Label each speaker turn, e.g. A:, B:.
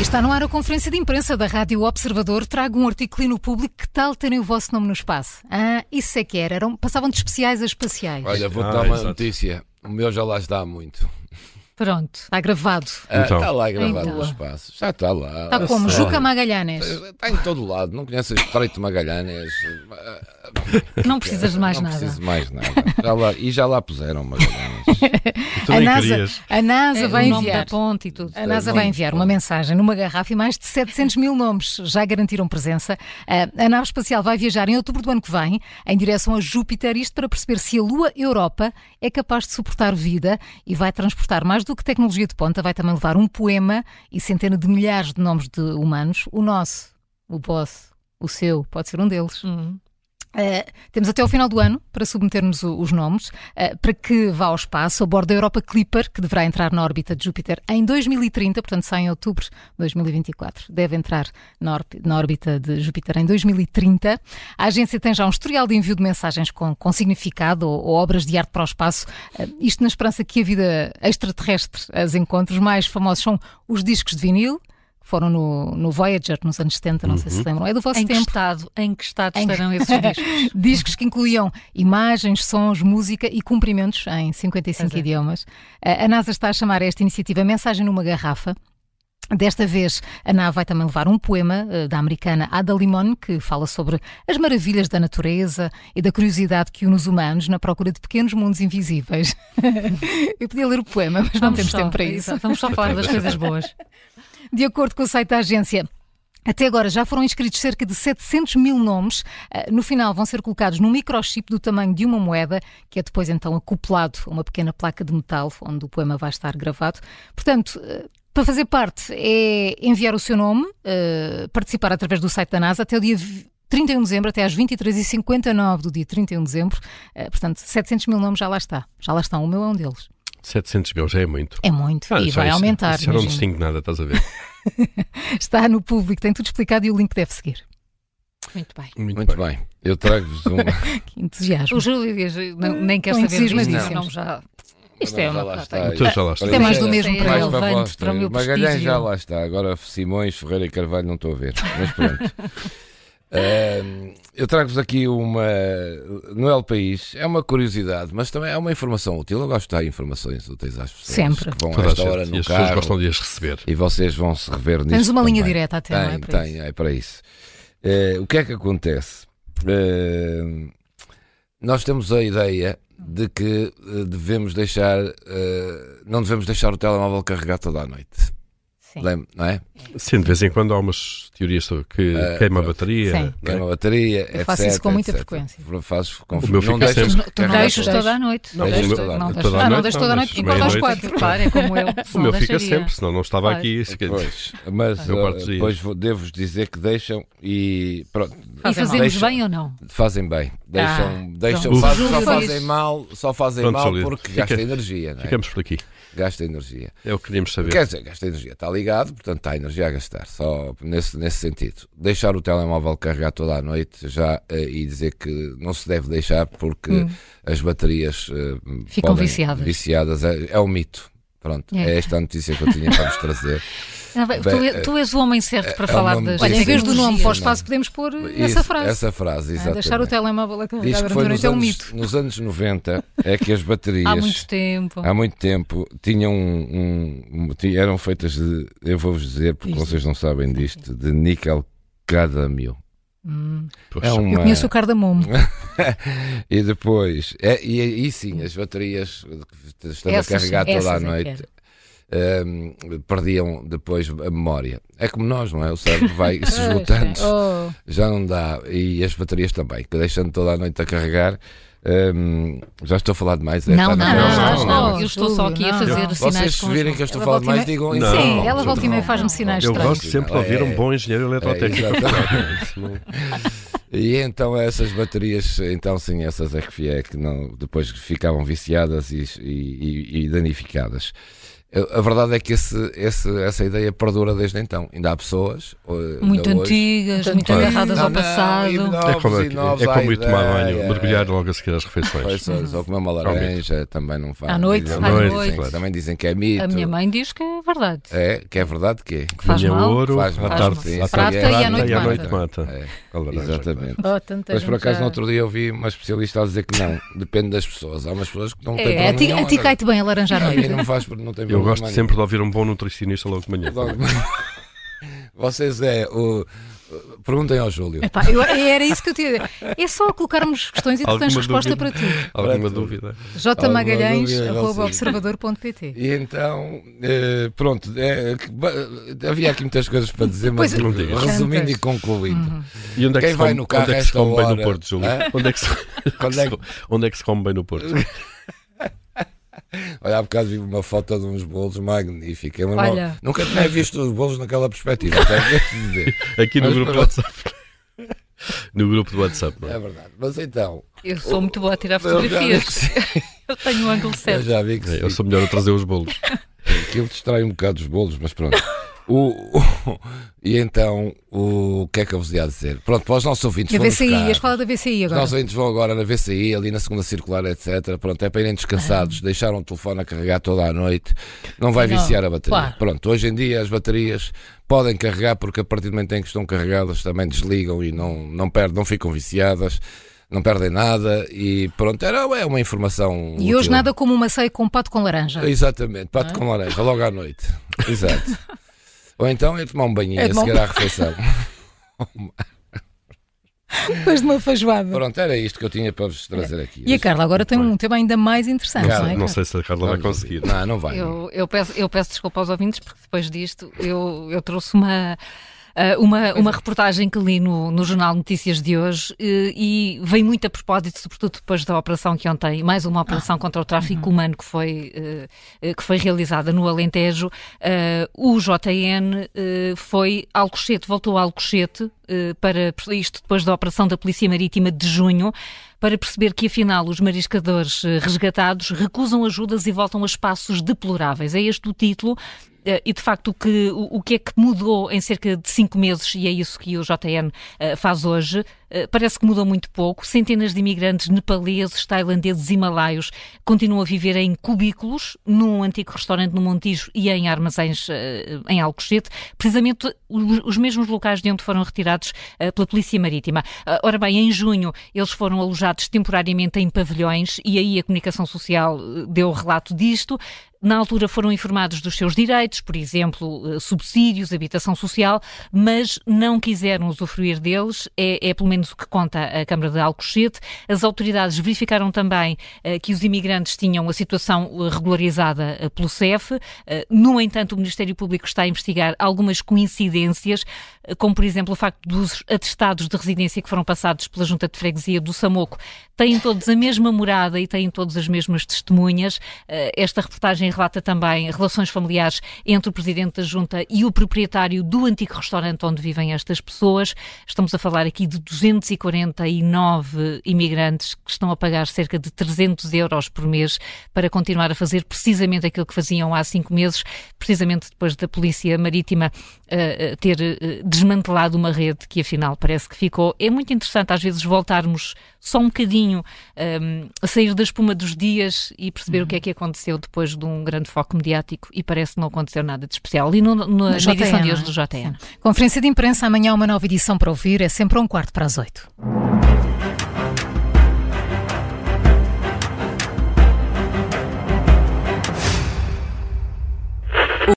A: Está no ar a conferência de imprensa da Rádio Observador. Trago um artigo ali no público. Que tal terem o vosso nome no espaço? Ah, isso é que era. Eram, passavam de especiais a espaciais.
B: Olha, vou-te
C: Ah,
B: dar uma
C: exato.
B: notícia. O meu já lá está há muito.
A: Pronto, está gravado.
B: Ah,
C: Então.
B: Está lá gravado
A: Então.
B: no espaço. Já está lá.
A: Está como
B: Está-
A: Juca Magalhães.
B: Está em todo lado. Não conheces Estreito de Magalhães. Ah,
A: Não precisas de mais
B: não
A: nada.
B: preciso de mais nada. Já lá- e já lá puseram Magalhães.
C: Tu
A: A
C: nem
A: NASA,
C: querias.
A: a NASA
D: É,
A: vai
D: o nome
A: enviar.
D: da ponte e tudo.
A: A NASA vai enviar uma mensagem numa garrafa e mais de 700 mil nomes já garantiram presença. Ah, A nave espacial vai viajar em outubro do ano que vem em direção a Júpiter, isto para perceber se a Lua Europa é capaz de suportar vida e vai transportar mais do que tecnologia de ponta, vai também levar um poema e centenas de milhares de nomes de humanos. O nosso, o vosso, o seu, pode ser um deles.
D: Hum.
A: Uh, temos até ao final do ano para submetermos o- os nomes uh, para que vá ao espaço a bordo da Europa Clipper, que deverá entrar na órbita de Júpiter em 2030, portanto sai em outubro de 2024. Deve entrar na, orp- na órbita de Júpiter em 2030. A agência tem já um historial de envio de mensagens com, com significado ou, ou obras de arte para o espaço, uh, isto na esperança que a vida extraterrestre as encontre. Os mais famosos são os discos de vinil, que foram no, no Voyager nos anos 70, não sei se lembram, é do vosso
D: Em que
A: tempo.
D: estado, em que estado
A: Em-
D: estarão esses discos?
A: Discos que incluíam imagens, sons, música e cumprimentos em 55
D: Exato.
A: idiomas. A a NASA está a chamar esta iniciativa Mensagem numa Garrafa. Desta vez, a nave vai também levar um poema eh, da americana Ada Limon, que fala sobre as maravilhas da natureza e da curiosidade que une os humanos na procura de pequenos mundos invisíveis. Eu podia ler o poema, mas não temos
D: só,
A: tempo para isso.
D: exato, Vamos só falar das coisas boas.
A: De acordo com o site da agência. Até agora já foram inscritos cerca de 700 mil nomes. Ah, No final vão ser colocados num microchip do tamanho de uma moeda, que é depois então acoplado a uma pequena placa de metal onde o poema vai estar gravado. Portanto, ah, para fazer parte é enviar o seu nome, ah, participar através do site da NASA até o dia vi- 31 de dezembro, até às 23h59 do dia 31 de dezembro. Ah, Portanto, 700 mil nomes já lá está. Já lá estão. O meu é um deles.
C: 700 mil já é muito.
A: É muito.
C: Ah,
A: e
C: já
A: vai
C: isso-
A: aumentar.
C: isso Já não
A: imagino.
C: distingo nada, estás a ver?
A: Está no público, tem tudo explicado e o link deve seguir.
D: Muito bem.
B: Muito bem. Eu trago-vos um.
A: Que entusiasmo. Hum,
D: O Júlio Dias não- nem quer
A: Com
D: saber
A: entusiasmo é
D: disto,
B: disse.
D: não já.
A: Isto é
B: Já
A: uma
B: lá
A: coisa.
B: está.
C: Então já lá está.
A: Tem mais do mesmo
B: Mais
A: para ele,
B: para
D: vem
B: vós,
D: para o meu
B: Magalhães
D: prestígio.
B: já lá está. Agora Simões, Ferreira e Carvalho não estou a ver. Mas pronto. Ahm, eu trago-vos aqui uma. No El País, é uma curiosidade, mas também é uma informação útil. Eu gosto de dar informações úteis às pessoas
A: Sempre.
B: que vão a
C: Toda a
B: esta hora
C: gente. E
B: no
C: as pessoas
B: carro
C: gostam de as receber.
B: e vocês vão se rever nisso.
A: Temos uma linha
B: também.
A: direta até, não é?
B: Tem,
A: Para
B: tem,
A: isso.
B: é para isso. Eh, o que é que acontece? Eh, nós temos a ideia de que eh, devemos deixar, eh, não devemos deixar o telemóvel carregar toda a noite.
A: Sim.
B: Lembra, não é?
C: Sim, de vez em quando há umas teorias sobre que
B: Ah,
C: queima a
B: pronto.
C: bateria.
A: Sim.
C: não é?
B: Queima a bateria, etc.
A: Eu faço isso com muita
B: etc..
A: frequência.
B: Fazes com
C: O meu
B: não
C: fica
B: deixas
C: sempre.
A: Tu não
B: carregar
A: deixas é?
B: toda a
A: toda a
B: noite.
A: noite.
C: Não,
A: Não deixas toda
B: deixas toda a
A: não
B: noite.
A: deixas.
C: Toda a
A: Ah, não
C: noite,
A: deixas
C: não,
A: toda a noite,
C: deixas
A: enquanto às
C: meia-noite.
A: quatro.
D: Claro, é como eu.
C: O
D: não
C: meu fica
D: deixaria.
C: sempre, senão não estava
D: Claro.
C: aqui. isso que-
B: Pois, mas
C: Meu quarto
B: eh,
C: dia.
B: depois vou- devo-vos dizer que deixam e pronto,
A: Fazem
D: E
A: mal. Ah,
D: fazemos
B: Deixa-
D: bem ou não?
B: fazem bem. Deixam, deixam fazem-
C: pronto.
B: só
A: Júlio
B: fazem
A: Luís.
B: mal, só fazem
C: Pronto,
B: mal
C: Júlio,
B: porque
C: fica-
B: gasta energia, não é?
C: Ficamos por aqui.
B: Gasta energia.
C: É o que queríamos saber.
B: Quer dizer, gasta energia, está ligado, portanto está a energia a gastar, só nesse, nesse sentido. Deixar o telemóvel carregar toda a noite já eh, e dizer que não se deve deixar porque as baterias eh,
A: Hum. Ficam
B: podem-
A: viciadas.
B: viciadas, é, é um mito. Pronto,
D: É.
B: é. esta a notícia que eu tinha para vos trazer.
D: Ah, bem,
B: Bem,
D: tu,
B: eh,
D: tu és o homem certo para
B: é
D: falar
B: uma-
D: das.
A: Olha, em vez do nome para o
B: Não.
A: espaço, podemos pôr
B: Isso,
A: essa frase.
B: Essa frase,
A: Ah,
B: exatamente.
A: deixar o telemóvel a
B: Diz
A: carregar
B: que
A: durante a
B: foi nos
A: noite é um
B: anos,
A: mito.
B: nos anos 90 é que as baterias...
D: Há muito tempo.
B: Há muito tempo tinham um, um- ti- eram feitas de, eu vou-vos dizer, porque
D: Isto.
B: vocês não sabem disto, de níquel cadamio.
A: Hum,
C: Poxa.
B: É
A: Eu
B: uma...
A: conheço o cardamomo.
B: E depois, é, e aí sim, as baterias eh, estando
A: Essas,
B: a carregar
A: essas
B: toda
A: é
B: a
A: que
B: noite. ehm, perdiam depois a memória. É como nós, não é? O cérebro vai se esgotando,
A: Oh,
B: já não dá. E as baterias também, que deixando toda a noite a carregar. ehm, já estou a falar demais. é?
A: Não,
B: Tá na-
A: não,
D: não,
A: não,
D: não,
A: não,
D: eu estou só aqui a
A: não.
D: fazer
A: Vocês
D: sinais
B: Vocês se
D: com os
B: virem
D: mãos.
B: que eu estou a
A: Ela
B: falar
A: volta e
B: demais,
A: meia-
B: digam É,
C: Não,
A: Sim,
C: não,
A: ela volta e meia
B: não.
A: faz-me sinais
C: Eu
A: estranhos.
C: gosto sempre de ouvir um bom engenheiro eletrotécnico.
B: E então essas baterias, então sim, essas é que, é que não, depois ficavam viciadas e, e- e- e danificadas. A a verdade é que esse- esse- essa ideia perdura desde então. Ainda há pessoas. ou-
D: Muito
B: ainda hoje-
D: antigas,
A: Portanto,
D: muito
A: olha,
D: agarradas
B: Não,
D: ao
B: não,
D: passado.
B: e novos,
C: É
B: e
C: como,
B: novos
C: é
B: à
C: como ir tomar banho,
B: ideia.
C: mergulhar logo a seguir às refeições.
B: Pois, pois, ou comer uma laranja também não faz.
A: À noite,
B: Dizem-
A: à
C: noite,
B: dizem-
C: claro.
B: Também dizem que é mito.
D: A minha mãe diz que é verdade.
B: É, que é verdade que é.
D: Faz
C: Manhã
D: mal.
C: ouro,
B: Faz
C: à
B: mal.
C: tarde,
B: Sim,
C: à
B: sim.
C: tarde
A: Prata e à noite
C: e à
A: mata.
C: noite mata.
B: É,
C: A laranja,
B: exatamente.
A: Oh, tanta
B: Mas por
A: gente
B: acaso
A: já-
B: no outro dia eu vi uma especialista a dizer que não. Depende das pessoas. Há umas pessoas que não têm
A: É, a ti,
B: nenhum,
A: a ti
B: olha.
A: cai-te bem a laranja à
B: A mim
A: noite.
B: não faz, não tem
C: Eu
B: problema
C: gosto
B: nenhum.
C: sempre de ouvir um bom nutricionista logo de manhã.
B: Logo- Vocês é o. Perguntem ao Júlio.
A: Epá, eu- era isso que eu tinha. É só colocarmos questões e tu tens
C: Alguma
A: resposta para
C: dúvida?
A: tudo.
C: Alguma
B: Pronto.
C: dúvida?
B: Alguma dúvida, não sei.
A: Magalhães@observador.pt.
B: E então, eh, pronto, eh, que ba- havia aqui muitas coisas para dizer, mas
A: Pois,
C: Não digas.
B: resumindo
A: tantas. Uhum.
B: e concluindo.
C: E onde é que
B: Quem
C: se
B: vai
C: come,
B: no carro
C: onde é que se
B: esta
C: come bem
B: hora?
C: no Porto, Júlio?
B: Hã?
C: Onde, é que se,
B: Quando é que-
C: onde é que se come bem no Porto?
B: Olha, há bocado vi uma foto de uns bolos magníficos. Eu não-
A: Olha.
B: Nunca tinha visto os bolos naquela perspectiva, até devo dizer.
C: Aqui no
B: Mas
C: grupo do
B: pronto.
C: WhatsApp. No grupo do WhatsApp, não é?
B: É verdade. Mas então,
D: Eu sou muito boa a tirar
B: eu já, vi que
D: fotografias.
B: sim,
D: Eu tenho um ângulo
B: eu
D: certo.
B: já vi que
C: É, Eu
B: sim.
C: sou melhor a trazer os bolos.
B: Aquilo distrai um bocado os bolos, mas pronto. O, o- e então, o, o que é que eu vos ia dizer? Pronto, para os nossos ouvintes.
A: A
B: vão nos
A: VCI, a
B: carros.
A: escola da VCI
B: Os
A: agora.
B: nossos ouvintes vão agora na VCI, ali na segunda circular, etc. Pronto, é para irem descansados, deixaram o telefone a carregar toda a noite, não vai
A: Ah. Não,
B: viciar a bateria.
A: claro.
B: Pronto, hoje em dia as baterias podem carregar porque a partir do momento em que estão carregadas também desligam e não, não, perdem, não ficam viciadas, não perdem nada e pronto, era, é uma informação.
A: E hoje
B: útil.
A: nada é? como uma ceia com um pato com laranja.
B: Exatamente, pato com laranja, logo à noite. Exato. Ou então eu tomar um banhinho
A: É
B: a seguir
A: bom.
B: à refeição.
A: Depois de uma feijoada.
B: Pronto, era isto que eu tinha para vos trazer aqui.
A: É. E a Carla agora tem um tema ainda mais interessante,
B: Carla,
A: não é?
C: Não
A: Carla?
C: sei se a Carla vai conseguir.
B: Não, não vai.
D: Eu, eu peço, eu peço desculpa aos ouvintes, porque depois disto eu, eu trouxe uma. ah, uma, uma reportagem que li no, no Jornal Notícias de hoje eh, e vem muito a propósito, sobretudo depois da operação que ontem, mais uma operação contra o tráfico humano que foi, eh, eh, que foi realizada no Alentejo. Ah, o JN eh, foi a Alcochete, voltou a Alcochete, eh, para, isto depois da operação da Polícia Marítima de junho, para perceber que afinal os mariscadores eh, resgatados recusam ajudas e voltam a espaços deploráveis. É este o título. eh, E de facto, o que, o, o que é que mudou em cerca de cinco meses, e é isso que o JN eh, faz hoje, eh, parece que mudou muito pouco. Centenas de imigrantes nepaleses, tailandeses e malaios continuam a viver em cubículos, num antigo restaurante no Montijo e em armazéns eh, em Alcochete, precisamente os os mesmos locais de onde foram retirados eh, pela Polícia Marítima. Ah, Ora bem, em junho eles foram alojados temporariamente em pavilhões e aí a comunicação social eh, deu relato disto. Na altura foram informados dos seus direitos, por exemplo, eh, subsídios, habitação social, mas não quiseram usufruir deles, é, é pelo menos o que conta a Câmara de Alcochete. As autoridades verificaram também eh, que os imigrantes tinham a situação eh, regularizada eh, pelo CEF. Eh, No entanto, o Ministério Público está a investigar algumas coincidências, eh, como por exemplo o facto dos atestados de residência que foram passados pela Junta de Freguesia do Samoco têm todos a mesma morada e têm todas as mesmas testemunhas. Eh, Esta reportagem relata também relações familiares entre o presidente da Junta e o proprietário do antigo restaurante onde vivem estas pessoas. Estamos a falar aqui de 249 imigrantes que estão a pagar cerca de 300 euros por mês para continuar a fazer precisamente aquilo que faziam há cinco meses, precisamente depois da Polícia Marítima eh, eh, ter eh, desmantelado uma rede que afinal parece que ficou. É muito interessante às vezes voltarmos só um bocadinho ehm, a sair da espuma dos dias e perceber
A: Uhum.
D: o que é que aconteceu depois de um grande foco mediático e parece que não aconteceu nada de especial. E no, no- na
A: JN,
D: edição de hoje
A: não é?
D: do JN.
A: Conferência de imprensa, amanhã uma nova edição para ouvir, é sempre a um quarto para as oito.